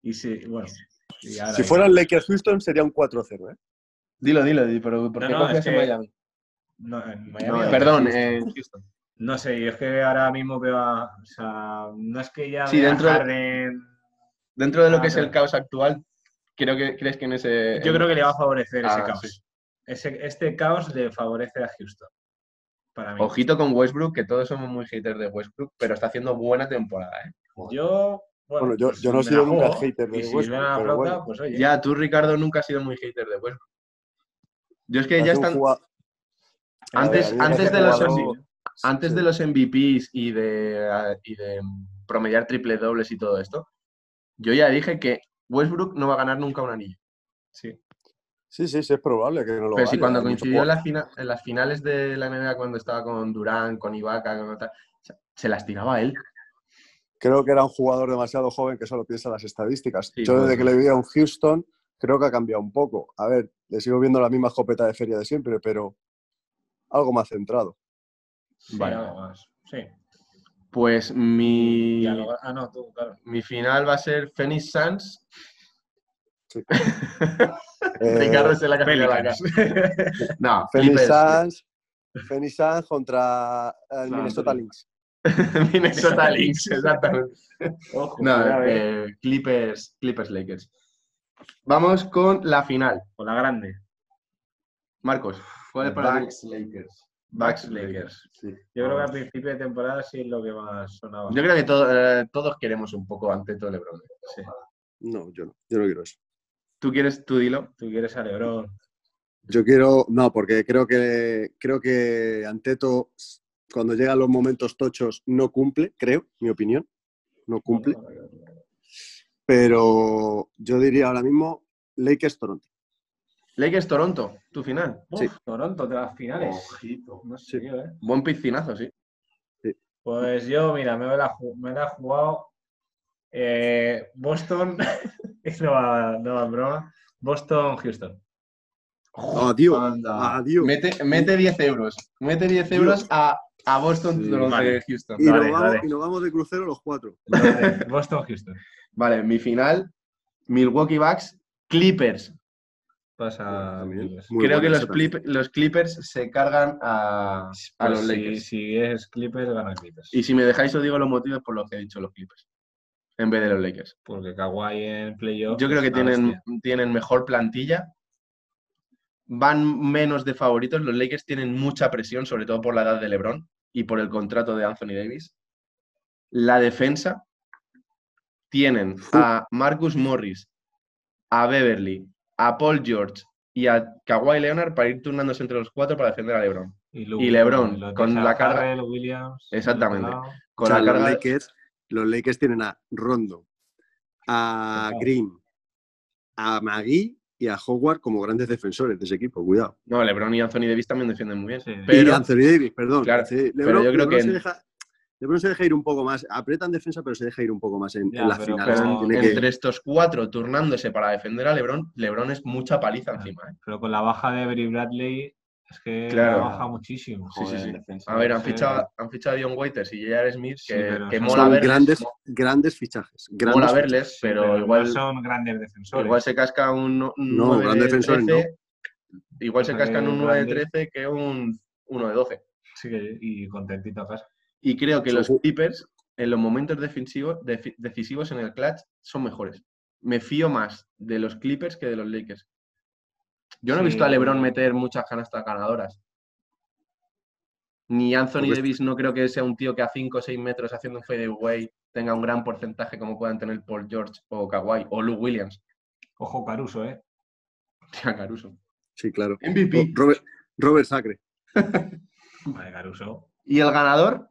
B: Y sí, bueno.
C: Pues,
B: y ahora
E: si
B: ya.
E: fueran Lakers Houston sería un 4-0, ¿eh?
C: Dilo, dilo, di- pero ¿por
B: No,
C: qué
B: no,
C: confías
B: es
C: en
B: que-
C: Miami?
B: No, en
C: No,
B: Miami.
D: no,
C: perdón,
D: sí, sí.
C: eh, Houston.
B: No sé, yo es que ahora mismo veo a. O sea, no es que ya.
C: Sí,
B: vea a
C: dentro de-
B: Harden-
C: Dentro de lo que es el
B: Claro.
C: caos actual, creo que crees que en ese.
B: Ah, Yo creo que le va a favorecer
C: Ah,
B: ese caos.
C: sí.
B: Ese- este caos le favorece a Houston. Para mí.
C: Ojito con Westbrook, que todos somos muy haters de Westbrook, pero está haciendo buena temporada, ¿eh?
B: Yo. Bueno,
E: Bueno, yo-
B: pues
E: yo no he
B: me
E: sido
B: la
E: nunca
B: juego,
E: hater de
B: y si
E: Westbrook,
B: me la
E: pero
B: flauta,
E: bueno.
B: pues oye.
C: Ya, tú, Ricardo, nunca has sido muy hater de Westbrook. Yo es que ya
E: Parece un
C: están.
E: jugado-
C: Antes,
E: A ver, a mí me
C: antes,
E: parece
C: de, los,
E: jugador-
C: MVP antes de los MVPs y de, ah, y de promediar triple dobles y todo esto, yo ya dije que Westbrook no va a ganar nunca un anillo.
B: Sí.
E: Sí, sí, sí, es probable que no lo
C: Pero si
E: gane,
C: cuando
E: hay muchos
C: coincidió en
E: jugadores.
C: las, fina- en las finales de la NBA, cuando estaba con Durán, con Ibaka, con otra, se- se las tiraba a él.
E: Creo que era un jugador demasiado joven que solo piensa en las estadísticas.
C: Sí,
E: Yo
C: puede
E: desde que
C: ser.
E: le vi a un Houston creo que ha cambiado un poco. A ver, le sigo viendo la misma escopeta de feria de siempre, pero algo más centrado.
C: <laughs>
B: Sí,
C: Vale.
B: algo más. Sí.
C: Pues mi,
B: Ya lo- Ah, no, tú, claro.
C: mi final va a ser Phoenix Suns.
E: Eh,
C: Ricardo se la cambió la
B: Pelicans.
C: cara. <laughs> No,
E: Phoenix
C: Clippers.
E: Suns, Phoenix Suns contra el
D: No,
E: Minnesota
D: no.
E: Lynx.
C: <laughs> Minnesota Lynx, exactamente.
B: <laughs> Ojo,
C: No,
B: cuidado, eh,
C: eh, Clippers, Clippers Lakers. Vamos con la final.
B: con la grande.
C: Marcos, ¿cuál es para ti?
D: eh, Bucks Lakers.
C: Bucks
D: Sí.
B: Yo creo que
D: Vamos.
B: al principio de temporada sí es lo que más sonaba.
C: Yo creo que to- eh, todos queremos un poco ante todo LeBron.
E: No, yo no, yo no quiero eso.
C: Tú quieres, tú dilo.
B: Tú quieres a LeBron.
E: Yo quiero, no, porque creo que creo que Anteto cuando llegan los momentos tochos no cumple, creo, mi opinión, no cumple. Pero yo diría ahora mismo Lakers Toronto.
C: Lakers Toronto, tu final.
B: Uf,
E: Sí.
B: Toronto de las finales.
D: Ojito.
B: No sé
E: Sí.
B: yo, ¿eh?
C: Buen piscinazo, sí.
B: Pues yo, mira, me la, ju- me la he jugado eh, Boston, <laughs> no va, no va en broma, Boston-Houston.
E: Adiós.
C: Ah.
D: Anda.
E: Adiós.
C: Mete, mete 10 euros. Mete 10 euros a, a Boston
D: Sí,
C: Toronto
B: vale.
C: y Houston.
E: Y,
B: Vale,
E: nos vamos,
B: vale.
E: y nos vamos de crucero los cuatro.
B: Boston-Houston.
C: Vale, mi final, Milwaukee Bucks, Clippers.
B: Pasa
E: También.
B: Clippers.
E: Muy
C: Ah, Creo
E: buena
C: que los,
E: esa también.
C: Clip- los Clippers se cargan a, a
B: Pues
C: los
B: si-
C: Lakers.
B: Si es Clippers, gana Clippers.
C: Y si me dejáis, os digo los motivos por los que he dicho los Clippers. En vez de los Lakers.
B: Porque Kawhi en playoff.
C: Yo creo
E: Ah,
C: que
B: es una
C: tienen,
B: bestia.
C: tienen mejor plantilla. Van menos de favoritos. Los Lakers tienen mucha presión, sobre todo por la edad de LeBron y por el contrato de Anthony Davis. La defensa. Tienen
E: Uh.
C: a Marcus Morris, a Beverly, a Paul George y a Kawhi Leonard para ir turnándose entre los cuatro para defender a LeBron.
B: Y, Lu-
C: y LeBron,
B: lo
C: con
B: deja
C: la carga-
B: Harrell, Williams.
C: Exactamente.
B: Lillard.
E: O
C: Con
E: sea,
C: la
E: los,
C: carga,
E: Lakers, los Lakers tienen a Rondo, a
B: Total.
E: Green, a Magui y a Howard como grandes defensores de ese equipo. Cuidado.
C: no, LeBron y Anthony Davis también defienden muy bien.
B: Sí.
E: y
C: Pero
E: Anthony Davis, perdón.
C: Claro,
E: Sí, LeBron-
C: yo creo
E: LeBron
C: que
E: se
C: en-
E: deja- LeBron se deja ir un poco más, aprieta en defensa, pero se deja ir un poco más en,
C: Ya,
E: en las
C: pero-
E: finales.
C: pero
E: Tiene que-
C: entre estos cuatro turnándose para defender a Lebron, Lebron es mucha
E: Ah.
C: paliza encima. ¿eh?
B: Pero con la baja de Avery Bradley es que
C: Claro.
B: la baja muchísimo.
C: Sí, sí, sí.
D: defensa.
C: A ver, han
B: Sí.
C: fichado, han fichado a Dion Waiters y J.R. Smith,
B: Sí,
C: que,
B: pero
C: que
B: son-
E: son
C: mola verles,
E: grandes,
C: mo-
E: grandes fichajes. Grandes
C: mola
E: fichajes.
C: verles, pero,
B: no
C: igual,
B: son grandes defensores.
C: igual se casca un, no- un
E: No,
C: 9
E: gran
C: de
E: defensor,
C: 13, Igual se
B: Vale,
C: cascan un 9 de
B: grande.
C: 13 que un 1 de 12.
B: Sí, que- y contentito a casa.
C: Y creo que
E: Son
C: los
E: ju-
C: Clippers, en los momentos defensivos- defi- decisivos en el clutch, son mejores. Me fío más de los Clippers que de los Lakers. Yo no he
B: Sí.
C: visto a LeBron meter muchas canastas ganadoras. Ni Anthony
E: Porque-
C: Davis no creo que sea un tío que a 5 o 6 metros haciendo un fadeaway tenga un gran porcentaje como puedan tener Paul George o Kawhi o Lou Williams. <laughs>
B: Ojo Caruso, ¿eh?
C: Tía Caruso.
E: Sí, claro.
C: MVP.
E: Robert, Robert Sacre.
B: Vale, Caruso.
C: ¿Y el ganador,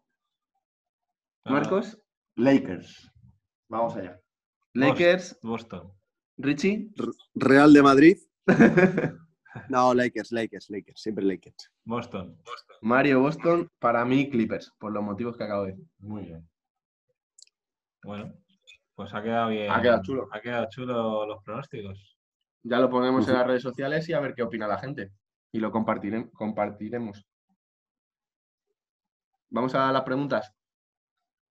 B: Ah,
C: Marcos?
D: Lakers. Vamos allá.
C: Lakers,
B: Boston.
C: Richie.
E: Real
C: <laughs>
E: de Madrid. No, Lakers, Lakers, Lakers. Siempre Lakers.
B: Boston.
C: Mario Boston, para mí Clippers, por los motivos que acabo de decir. Muy bien.
B: Bueno, pues ha quedado bien.
C: Ha quedado chulo.
B: Ha quedado chulo los pronósticos.
C: Ya lo ponemos en las redes sociales y a ver qué opina la gente. Y lo compartirem- compartiremos. Vamos a las preguntas.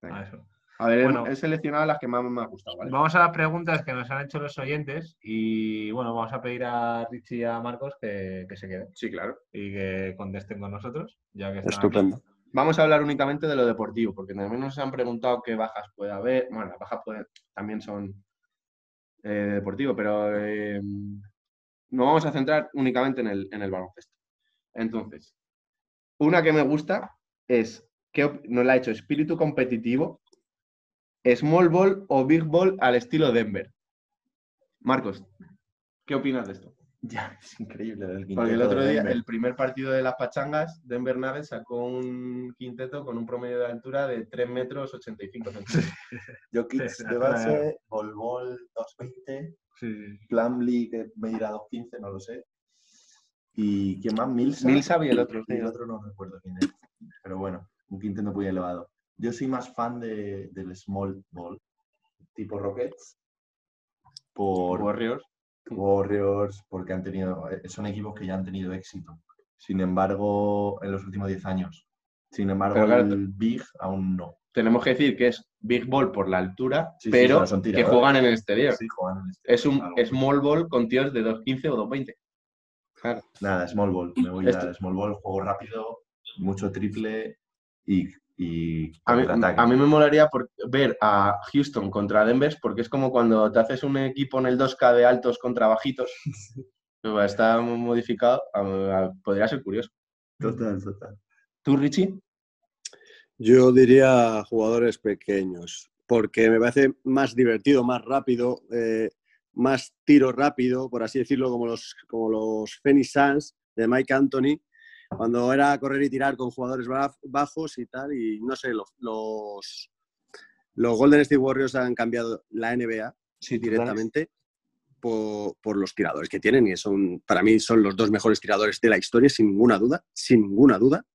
B: A eso.
C: A ver, he-
B: Bueno.
C: he seleccionado las que más me han gustado, ¿vale?
B: Vamos a las preguntas que nos han hecho los oyentes y bueno, vamos a pedir a Richie y a Marcos que, que se queden
C: Sí, claro.
B: y que contesten con nosotros, ya que están aquí.
E: Estupendo.
C: Vamos a hablar únicamente de lo deportivo, porque también nos han preguntado qué bajas puede haber. Bueno, las bajas pueden- también son eh, deportivo, pero eh, nos vamos a centrar únicamente en el, en el baloncesto. Entonces, una que me gusta es, ¿qué op- nos la ha hecho espíritu competitivo, small ball o big ball al estilo Denver? Marcos, ¿qué opinas de esto?
D: Ya, es increíble. Del ¿eh?
C: Porque el
D: quinteto
C: otro
D: de
C: día,
D: Denver.
C: el primer partido de las pachangas, Denver Nuggets sacó un quinteto con un promedio de altura de 3 metros 85 centímetros.
D: Jokic
B: Sí,
D: de base, Volvol 220,
B: Sí, sí, sí.
D: Plumlee que medirá 215, no lo sé. ¿Y quién más? Milsa.
C: Millsap y el otro, sí.
D: El otro no recuerdo quién es. Pero bueno, un quinteto muy elevado. Yo soy más fan de, del small ball, tipo Rockets, por
C: Warriors.
E: Mm.
D: Warriors, porque han tenido, eh, son equipos que ya han tenido éxito. Sin embargo, en los últimos 10 años. Sin embargo,
C: Pero claro,
D: el Big aún no.
C: Tenemos que decir que es Big Ball por la altura,
D: Sí, sí,
C: pero
D: pero son
C: que
D: tiradores.
C: juegan en el exterior.
D: Sí, juegan en este-
C: Es un
D: algo.
C: Small Ball con tíos de 2.15 o 2.20. Claro.
D: Nada, small ball. Me voy
C: Esto-
D: a small ball, juego rápido, mucho triple y, y
C: A mí,
D: contraataque.
C: a mí me molaría por- ver a Houston contra Denver porque es como cuando te haces un equipo en el 2K de altos contra
D: <laughs>
C: bajitos. Pues Está modificado. a- a- Podría ser curioso.
D: Total, total.
C: ¿Tú, Richie?
E: Yo diría jugadores pequeños, porque me parece más divertido, más rápido, eh, más tiro rápido, por así decirlo, como los, como los Phoenix Suns de Mike Anthony, cuando era correr y tirar con jugadores ba- bajos y tal, y no sé, los, los, los Golden State Warriors han cambiado la NBA
C: Sí,
E: directamente por, por los tiradores que tienen y son para mí son los dos mejores tiradores de la historia sin ninguna duda sin ninguna duda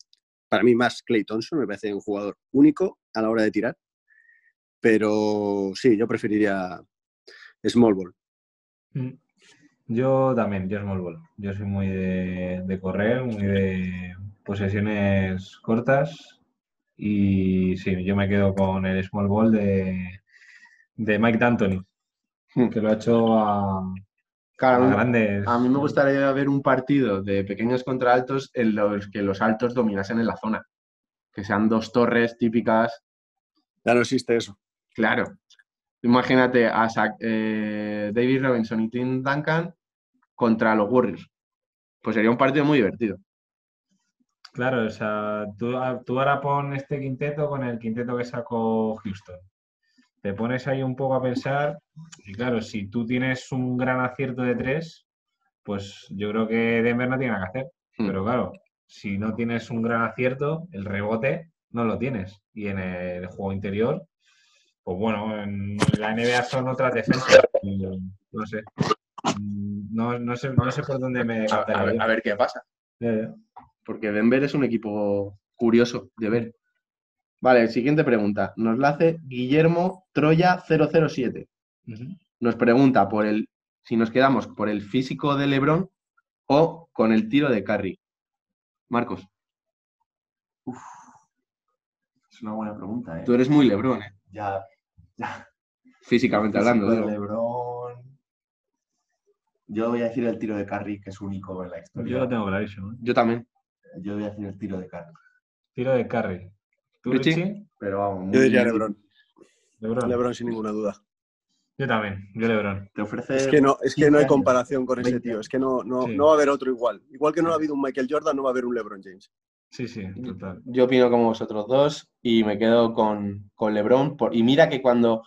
E: para mí más Clay Thompson me parece un jugador único a la hora de tirar pero sí yo preferiría small ball
B: Mm. Yo también, yo small ball. Yo soy muy de, de correr, muy de posesiones cortas y sí, yo me quedo con el small ball de, de Mike D'Antoni, que lo ha hecho a, a
C: Claro,
B: grandes.
C: Hmm. A mí me gustaría ver un partido de pequeños contra altos en los que los altos dominasen en la zona. Que sean dos torres típicas.
E: ya no existe eso
C: Claro. Imagínate a Sa- eh, David Robinson y Tim Duncan contra los Warriors. Pues sería un partido muy divertido.
B: Claro, o sea, tú, a- tú ahora pon este quinteto con el quinteto que sacó Houston. Te pones ahí un poco a pensar y claro, si tú tienes un gran acierto de tres, pues yo creo que Denver no tiene nada que hacer.
C: Mm.
B: Pero claro, si no tienes un gran acierto, el rebote no lo tienes. Y en el juego interior, pues bueno, en la NBA son otras defensas. <laughs> y No sé. Mm, No, no sé, no sé por dónde me
C: A, a ver,
B: decantaría
C: a ver qué pasa.
B: yo. Ya, ya.
C: Porque Denver es un equipo curioso de ver. Vale, siguiente pregunta. Nos la hace Guillermo Troya 007. Nos pregunta por el si nos quedamos por el físico de LeBron o con el tiro de Curry. Marcos,
D: Es una buena pregunta, ¿eh?
C: tú eres muy LeBron, ¿eh?
D: Ya,
C: <laughs>
D: ya.
C: físicamente hablando.
D: Físico de
C: digo.
D: LeBron. Yo voy a decir el tiro de Curry, que es único en la historia.
B: Yo lo tengo clarísimo. ¿eh?
C: Yo también.
D: Yo voy a decir el tiro de Curry.
B: Tiro de Curry. ¿Tú,
C: Richie?
B: Richie?
D: Pero vamos, muy
E: Yo diría
D: bien.
E: Lebron.
B: Lebron.
E: Lebron sin ninguna duda.
B: Yo también, yo Lebron.
D: Te ofrece.
E: Es que no, es que no hay
D: 15 años.
E: comparación con ese
D: 20
E: tío. Es que no, no,
B: Sí.
E: no va a haber otro igual. Igual que no ha habido un Michael Jordan, no va a haber un LeBron James.
B: Sí, sí, total.
C: Yo opino como vosotros dos y me quedo con, con LeBron. por- y mira que cuando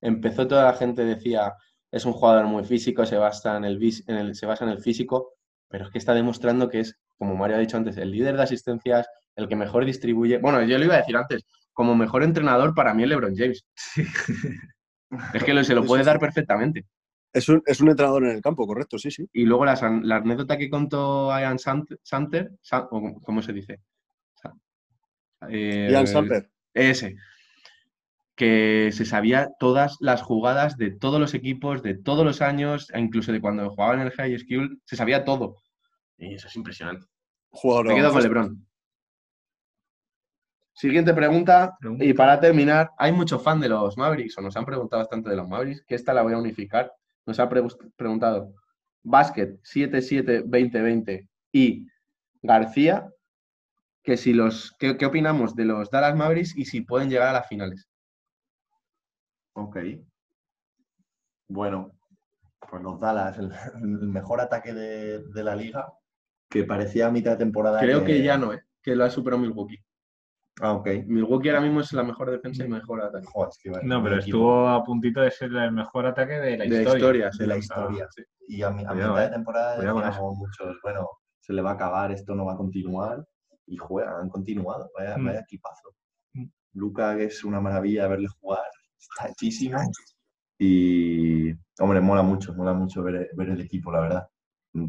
C: empezó toda la gente decía, es un jugador muy físico, se basa en el, vis- en el- se basa en el físico, pero es que está demostrando que es, como Mario ha dicho antes, el líder de asistencias, el que mejor distribuye. Bueno, yo lo iba a decir antes, como mejor entrenador para mí es LeBron James. <laughs> Es que lo- se lo
E: Sí,
C: puede
E: sí,
C: dar
E: sí.
C: perfectamente.
E: Es un, es un entrenador en el campo, correcto, sí, sí.
C: Y luego las an- la, anécdota que contó Ian Samter, Samter- Sam- o como- ¿cómo se dice? Sa- eh,
E: Ian Samper.
C: ese, que se sabía todas las jugadas de todos los equipos, de todos los años, e incluso de cuando jugaba en el High School, se sabía todo. Y eso es impresionante.
E: Jugador
C: Me
E: de
C: quedo con
E: baloncesto.
C: LeBron. Siguiente pregunta.
B: Pregunta.
C: Y para terminar, hay mucho fan de los Mavericks, o nos han preguntado bastante de los Mavericks, que esta la voy a unificar. Nos ha pre- preguntado Basket 77-2020 y García, que si los, ¿qué, qué opinamos de los Dallas Mavericks y si pueden llegar a las finales?
D: Ok. Bueno, pues los Dallas, el, el mejor ataque de, de la liga, que parecía a mitad de temporada.
C: Creo que ya no, ¿eh? que lo ha superado Milwaukee.
D: Ah, ok.
C: Milwaukee ahora mismo es la mejor defensa y mejor ataque.
D: Joder, es que iba a decir
B: No,
D: un
B: pero
D: equipo.
B: estuvo a puntito de ser el mejor ataque de la
C: De la
B: historia.
C: historia,
D: de la
B: O sea,
D: historia.
B: sí.
D: Y a, mi- a
B: Cuidado,
D: mitad
B: eh.
D: de temporada
B: Cuidado con
D: decíamos muchos, bueno, se le va a acabar, esto no va a continuar. Y juegan, han continuado. Vaya,
B: Mm.
D: vaya equipazo.
B: Mm.
D: Luca, que es una maravilla verle jugar. Está hechísimo. Y, hombre, mola mucho, mola mucho ver, ver el equipo, la verdad.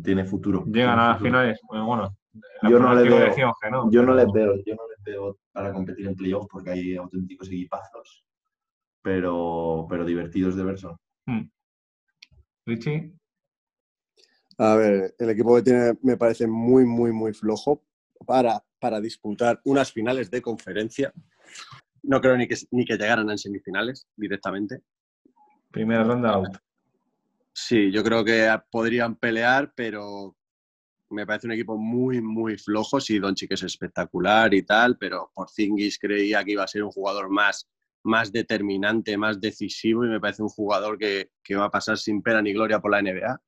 D: Tiene futuro.
B: Llegan
D: tiene
B: a las
D: futuro.
B: finales. Bueno, bueno. la
D: Yo no les
B: pronostic
D: veo-
B: decíamos que no,
D: Yo no
B: pero-
D: les veo, yo no les veo para competir en playoffs porque hay auténticos equipazos, pero, pero divertidos de ver son.
B: Richie,
E: A ver, el equipo que tiene me parece muy, muy, muy flojo para, para disputar unas finales de conferencia. No creo ni que, ni que llegaran a semifinales directamente.
B: primera ronda out.
E: Sí, yo creo que podrían pelear, pero me parece un equipo muy, muy flojo. Sí, Doncic es espectacular y tal, pero Porzingis creía que iba a ser un jugador más, más determinante, más decisivo y me parece un jugador que, que va a pasar sin pena ni gloria por la NBA.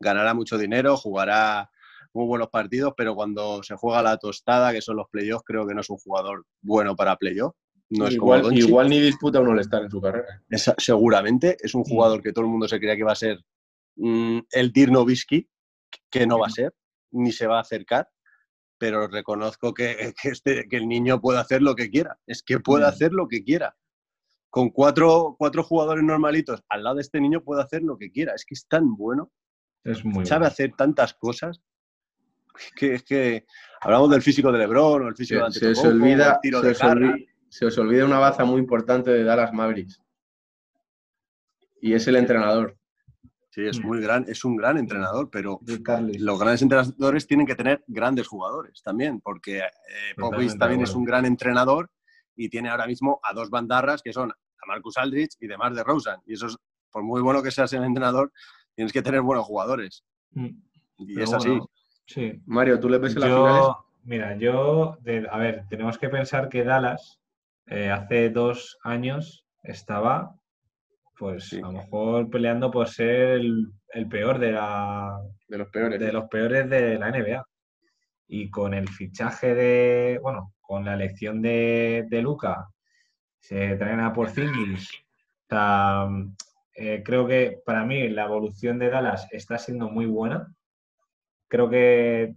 E: Ganará mucho dinero, jugará muy buenos partidos, pero cuando se juega la tostada, que son los playoffs, creo que no es un jugador bueno para playoffs. No es como
C: igual,
E: Doncic.
C: igual ni disputa uno le estar en su carrera.
E: Esa- seguramente es un
C: Mm.
E: jugador que todo el mundo se creía que iba a ser mm, el Dirk Nowitzki, que no va a ser, ni se va a acercar, pero reconozco que, <laughs> que este- que el niño puede hacer lo que quiera, es que puede
D: Mm.
E: hacer lo que quiera. Con cuatro, cuatro jugadores normalitos al lado de este niño puede hacer lo que quiera, es que es tan bueno,
B: Es muy
E: sabe
B: bueno.
E: hacer tantas cosas. Es que, es que hablamos del físico de Lebron o el físico de
C: Se, se os
E: Antetokounmpo, o el
C: olvida,
E: tiro
C: se
E: de
C: os
E: Curry.
C: olvi- se os olvida una baza muy importante de Dallas Mavericks. Y es el entrenador.
E: Sí, es
B: Mm.
E: muy gran, es un gran entrenador, pero
D: Carles.
E: los grandes entrenadores tienen que tener grandes jugadores también, porque eh, Popovich
B: Totalmente
E: también
B: de
E: es
B: acuerdo.
E: un gran entrenador y tiene ahora mismo a dos bandarras que son a Marcus Aldrich y demás de Rosen. Y eso es, por muy bueno que seas el entrenador, tienes que tener buenos jugadores.
B: Mm,
E: Y
B: pero
E: es así.
B: bueno, Sí.
C: Mario, ¿tú le ves en las finales?
B: Yo, mira, yo, de- a ver, tenemos que pensar que Dallas eh, hace dos años estaba, pues
E: Sí.
B: a lo mejor peleando por ser el, el peor de, la,
C: De los peores.
B: de los peores de la NBA. Y con el fichaje de, bueno, con la elección de, de Luca, se traen a Porzingis. O sea, eh, creo que para mí la evolución de Dallas está siendo muy buena. Creo que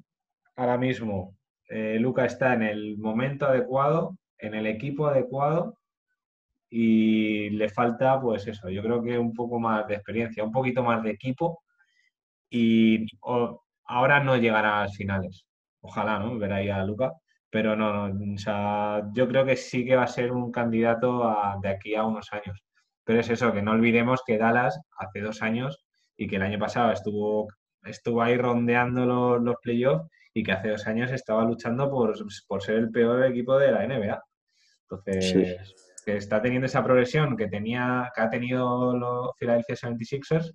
B: ahora mismo eh, Luca está en el momento adecuado, en el equipo adecuado y le falta, pues eso, yo creo que un poco más de experiencia, un poquito más de equipo y o- ahora no llegará a las finales. Ojalá, ¿no? Ver ahí a Luca, Pero no, no, o sea, yo creo que sí que va a ser un candidato a- de aquí a unos años. Pero es eso, que no olvidemos que Dallas hace dos años y que el año pasado estuvo, estuvo ahí rondeando los, los playoffs y que hace dos años estaba luchando por, por ser el peor equipo de la NBA. Entonces, que está teniendo esa progresión que, tenía, que ha tenido los Philadelphia 76ers,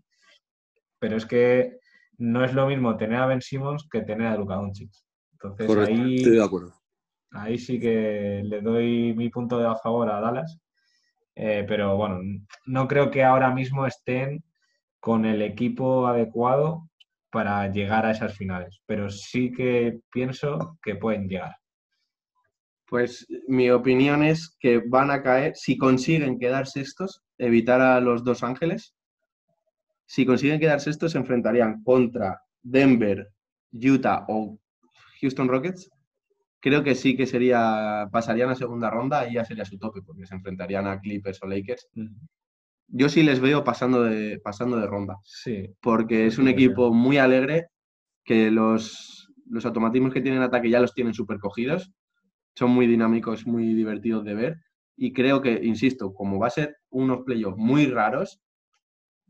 B: pero es que no es lo mismo tener a Ben Simmons que tener a Luka Doncic. Entonces,
E: Correcto,
B: ahí
E: estoy de acuerdo.
B: Ahí sí que le doy mi punto de a favor a Dallas. Eh, pero bueno, n- no creo que ahora mismo estén con el equipo adecuado para llegar a esas finales. Pero sí que pienso que pueden llegar.
C: Pues mi opinión es que van a caer, si consiguen quedar sextos, evitar a los Dos Ángeles. Si consiguen quedar sextos, se enfrentarían contra Denver, Utah o Houston Rockets. Creo que sí que sería, pasarían a segunda ronda y ya sería su tope, porque se enfrentarían a Clippers o Lakers. Yo sí les veo pasando de, pasando de ronda
B: Sí,
C: porque es un
B: Sí,
C: equipo muy alegre, que los, los automatismos que tienen en ataque ya los tienen súper cogidos, son muy dinámicos, muy divertidos de ver, y creo que, insisto, como va a ser unos playoffs muy raros,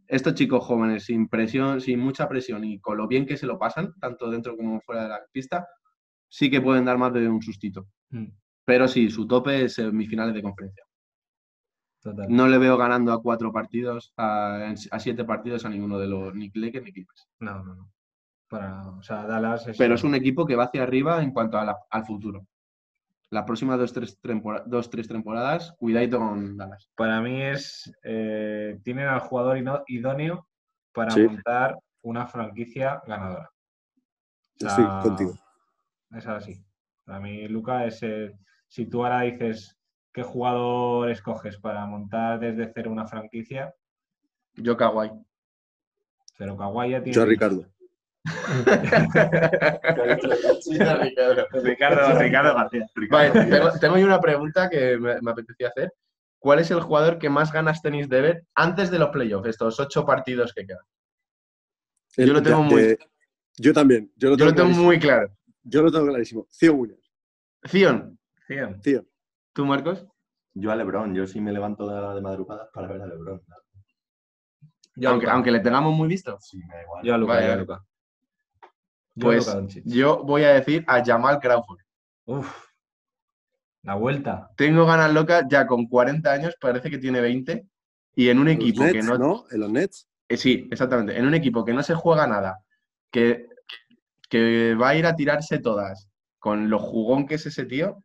C: estos chicos jóvenes sin presión, sin mucha presión y con lo bien que se lo pasan, tanto dentro como fuera de la pista, sí que pueden dar más de un sustito.
B: Mm.
C: Pero sí, su tope es semifinales de conferencia.
B: total.
C: No le veo ganando a cuatro partidos, a, a siete partidos a ninguno de los ni Lakers ni Clippers.
B: No, no, no. Para, o sea, Dallas es...
C: pero es un equipo que va hacia arriba en cuanto a la- al futuro. Las próximas dos tres, tempora- dos, tres temporadas, cuidadito con Dallas.
B: Para mí es... eh, tienen al jugador ino- idóneo para
E: Sí.
B: montar una franquicia ganadora. O
E: Estoy
B: sea,
E: contigo.
B: Ah, Es así. Para mí, Luca, es el- si tú ahora dices qué jugador escoges para montar desde cero una franquicia,
C: Yo Kawhi.
B: pero Kawhi ya tiene.
E: Yo, Ricardo.
B: Ricardo, Ricardo García.
C: <laughs> Vale,
B: <laughs>
C: tengo, tengo yo una pregunta que me, me apetecía hacer. ¿Cuál es el jugador que más ganas tenéis de ver antes de los playoffs, estos ocho partidos que quedan? Yo lo tengo
E: De-
C: muy-
E: de- yo también. Yo lo
C: Yo
E: tengo,
C: lo tengo
E: clarísimo.
C: muy claro.
E: Yo lo tengo clarísimo. Theo Williams.
C: Zion,
B: Cien.
E: Tío.
C: ¿tú, Marcos?
D: Yo a Lebron, yo sí me levanto de, de madrugadas para ver a Lebron.
B: Yo a
C: aunque,
B: Luka.
C: aunque le tengamos muy visto.
D: Sí, me da igual.
B: Yo a Luka, yo
C: Vale,
B: a
C: vale.
B: Luka. Yo a
C: Pues
B: Luka Doncic.
C: yo voy a decir a Jamal Crawford.
B: Uf. La vuelta.
C: Tengo ganas locas, ya con 40 años, parece que tiene 20, y en un
E: En los
C: equipo que
E: Nets,
C: no,
E: En los Nets.
C: Eh, sí, exactamente. En un equipo que no se juega nada, que, que va a ir a tirarse todas con lo jugón que es ese tío,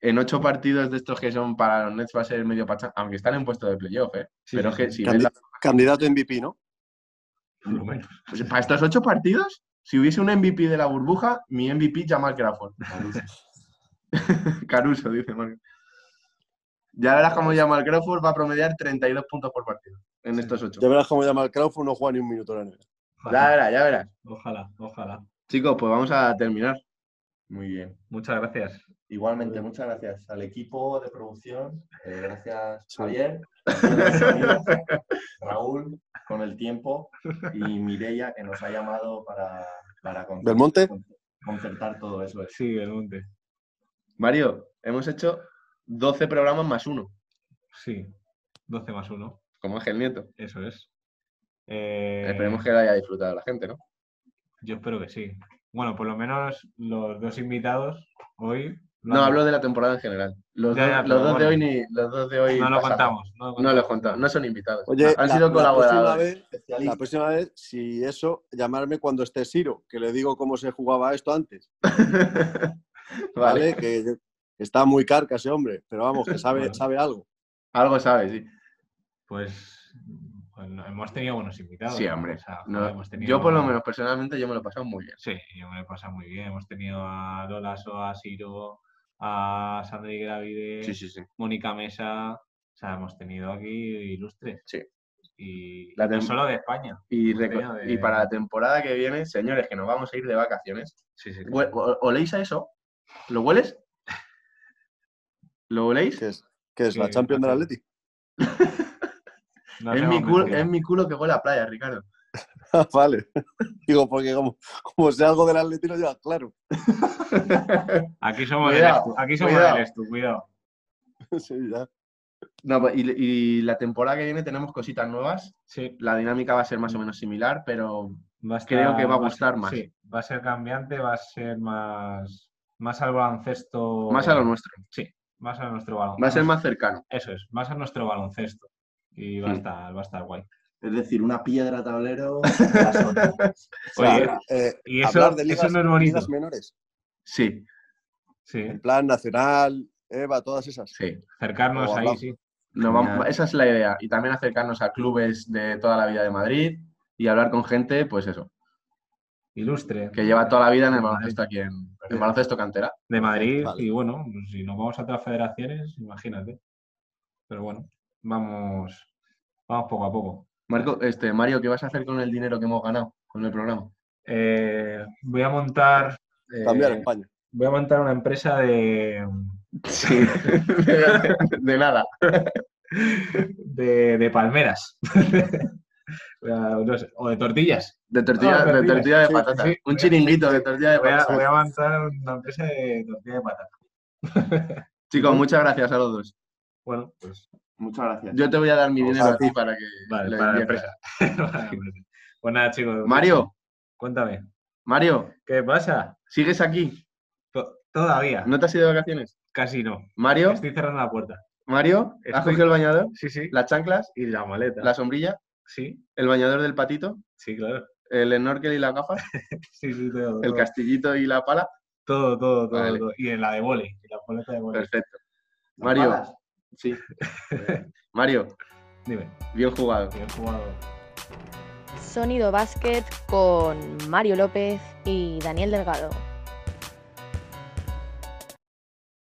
C: en ocho partidos de estos que son para los Nets va a ser medio pachán, aunque están en puesto de playoff, ¿eh?
B: Sí,
C: Pero es
B: sí,
C: que
B: sí.
C: si ves
E: Candi-
C: la-
E: Candidato MVP, ¿no?
B: Por lo menos.
C: pues para estos ocho partidos, si hubiese un MVP de la burbuja, mi MVP Jamal Crawford.
D: Caruso.
C: <laughs> Caruso, dice Mario. Ya verás cómo Jamal Crawford va a promediar 32 puntos por partido en
B: Sí.
C: estos ocho.
E: Ya verás cómo llama el Crawford, no juega ni un minuto en la NBA.
C: Ya
B: Ojalá,
C: verás, ya verás.
B: ojalá, ojalá.
C: Chicos, pues vamos a terminar.
D: Muy bien.
B: Muchas gracias.
D: Igualmente, muchas gracias al equipo de producción. eh, gracias,
E: Sí.
B: <laughs>
D: Javier. gracias, Sonido, Raúl, con el tiempo. Y Mireia, que nos ha llamado para, para con-
E: ¿Belmonte?
D: concertar todo eso.
B: Sí, el monte.
C: Mario, hemos hecho 12 programas más uno,
B: Sí. 12 más 1.
C: como Ángel Nieto.
B: Eso es. Eh,
C: Esperemos que lo haya disfrutado la gente, ¿no?
B: Yo espero que sí. Bueno, por lo menos los dos invitados hoy. lo
C: No,
B: han-
C: hablo de la temporada en general. Los,
B: Ya,
C: dos-
B: ya,
C: los
B: pero
C: dos
B: bueno.
C: de hoy ni. Los dos de hoy
B: No lo
C: pasaron.
B: contamos. No lo
C: No
B: contamos.
C: los contamos, no son invitados.
E: Oye,
C: Han
E: la-
C: sido
E: la próxima
C: colaboradores.
E: vez- La próxima vez, si eso, llamarme cuando esté Siro, que le digo cómo se jugaba esto antes. ¿Vale?
C: <laughs> vale.
E: Que que está muy carca ese hombre, pero vamos, que sabe,
B: Bueno.
E: sabe algo.
C: Algo sabes, sí.
B: Pues, pues no, hemos tenido buenos invitados.
C: Sí,
B: ¿no?
C: hombre.
B: O sea,
C: No,
B: joder, Ah, hemos tenido-
C: yo, por lo menos, personalmente, yo me lo he pasado muy bien.
B: Sí, yo me lo he pasado muy bien. Hemos tenido a Lola Soa, a Siro, a Sandri Gravide,
C: sí, sí.
B: Mónica Mesa. O sea, hemos tenido aquí ilustres.
C: Sí.
B: Y
C: La
B: y no
C: tem-
B: solo de España.
C: Y,
B: Hemos
C: reco-
B: tenido de-
C: y para la temporada que viene, señores, que nos vamos a ir de vacaciones.
B: Sí, sí.
C: Hue- o- ¿Oléis a eso? ¿Lo hueles? ¿Lo oléis?
E: Que es, que es la
B: Sí,
E: Champions del <laughs>
B: bastante.
E: Atleti.
B: No
C: es,
B: hacemos
C: mi culo,
B: mentira.
C: es mi culo que huele a playa, Ricardo.
E: vale. <laughs> Digo, porque como, como sé algo del atletino, ya, claro. <laughs>
B: Aquí somos del
C: Cuidado,
B: Estu, aquí somos
C: cuidado.
B: del Estu, cuidado.
E: Sí, ya.
C: No, pues, y, y la temporada que viene tenemos cositas nuevas.
B: Sí,
C: La dinámica va a ser más o menos similar, pero
B: va a estar-
C: creo que va a
B: ser-
C: gustar más.
B: Sí, va a ser cambiante, va a ser más, más al baloncesto.
C: Más a lo nuestro.
B: Sí, más a nuestro baloncesto.
C: Va a ser más cercano.
B: Eso es, más a nuestro baloncesto. Y va a
C: Sí.
B: estar, va a estar guay.
D: Es decir, una piedra tablero. a las otras.
E: O sea,
B: Oye,
E: eh,
B: Y eso,
E: hablar de
B: eso
E: ligas,
B: no es bonito.
E: ligas menores.
C: Sí,
B: Sí,
E: En plan nacional, Eva, todas esas.
C: sí.
E: O
B: acercarnos ahí,
E: hablamos.
B: sí.
C: Nos vamos-
D: Genial.
C: esa es la idea. Y también acercarnos a clubes de toda la vida de Madrid y hablar con gente, pues eso,
B: Ilustre.
C: que lleva toda la vida en el baloncesto aquí en, en
B: Eh.
C: el baloncesto cantera.
B: De Madrid,
E: Vale.
B: y bueno, pues si nos vamos a otras federaciones, imagínate. Pero bueno, vamos, vamos poco a poco.
C: Marco, este, Mario, ¿qué vas a hacer con el dinero que hemos ganado con el programa?
B: Eh, voy a montar. eh,
E: Cambiar España.
B: voy a montar una empresa de,
C: Sí, de, <laughs> de nada.
B: de, de palmeras. <laughs> Ah, no sé, o de tortillas.
C: De tortilla,
B: Ah,
C: de,
B: tortilla,
C: tortilla de
B: sí,
C: patata.
B: sí.
C: Un chiringuito de tortilla de
B: Voy a,
C: patata.
B: voy a montar una empresa de tortilla de patata.
C: Chicos, muchas gracias a los dos.
B: Bueno, pues
D: Muchas gracias.
C: Yo te voy a dar mi
E: Vamos
C: dinero
E: a
C: a ti para que
B: vale,
C: lo
B: para la
C: inviertas.
B: empresa. <laughs> Para la empresa. pues nada, chicos.
C: Mario,
B: Cuéntame.
C: Mario,
B: ¿Qué pasa?
C: ¿sigues aquí?
B: To- Todavía.
C: ¿No te has ido de vacaciones?
B: Casi no.
C: Mario,
B: Estoy cerrando la puerta.
C: Mario, ¿has
B: Estoy-
C: cogido el bañador?
B: Sí, sí.
C: Las chanclas,
B: Y la maleta.
C: la sombrilla,
B: Sí,
C: el bañador del patito,
B: sí, claro.
C: el snorkel y las gafas,
B: Sí, sí, todo.
C: el
B: todo.
C: castillito y la pala.
B: Todo, todo, todo,
C: Vale.
B: todo. Y en la de vole, y la boleta de vole.
C: Perfecto.
D: ¿Las
C: Mario.
D: balas?
C: Sí. Mario,
B: Dime,
C: bien jugado.
B: bien jugado.
A: Sonido Basket con Mario López y Daniel Delgado.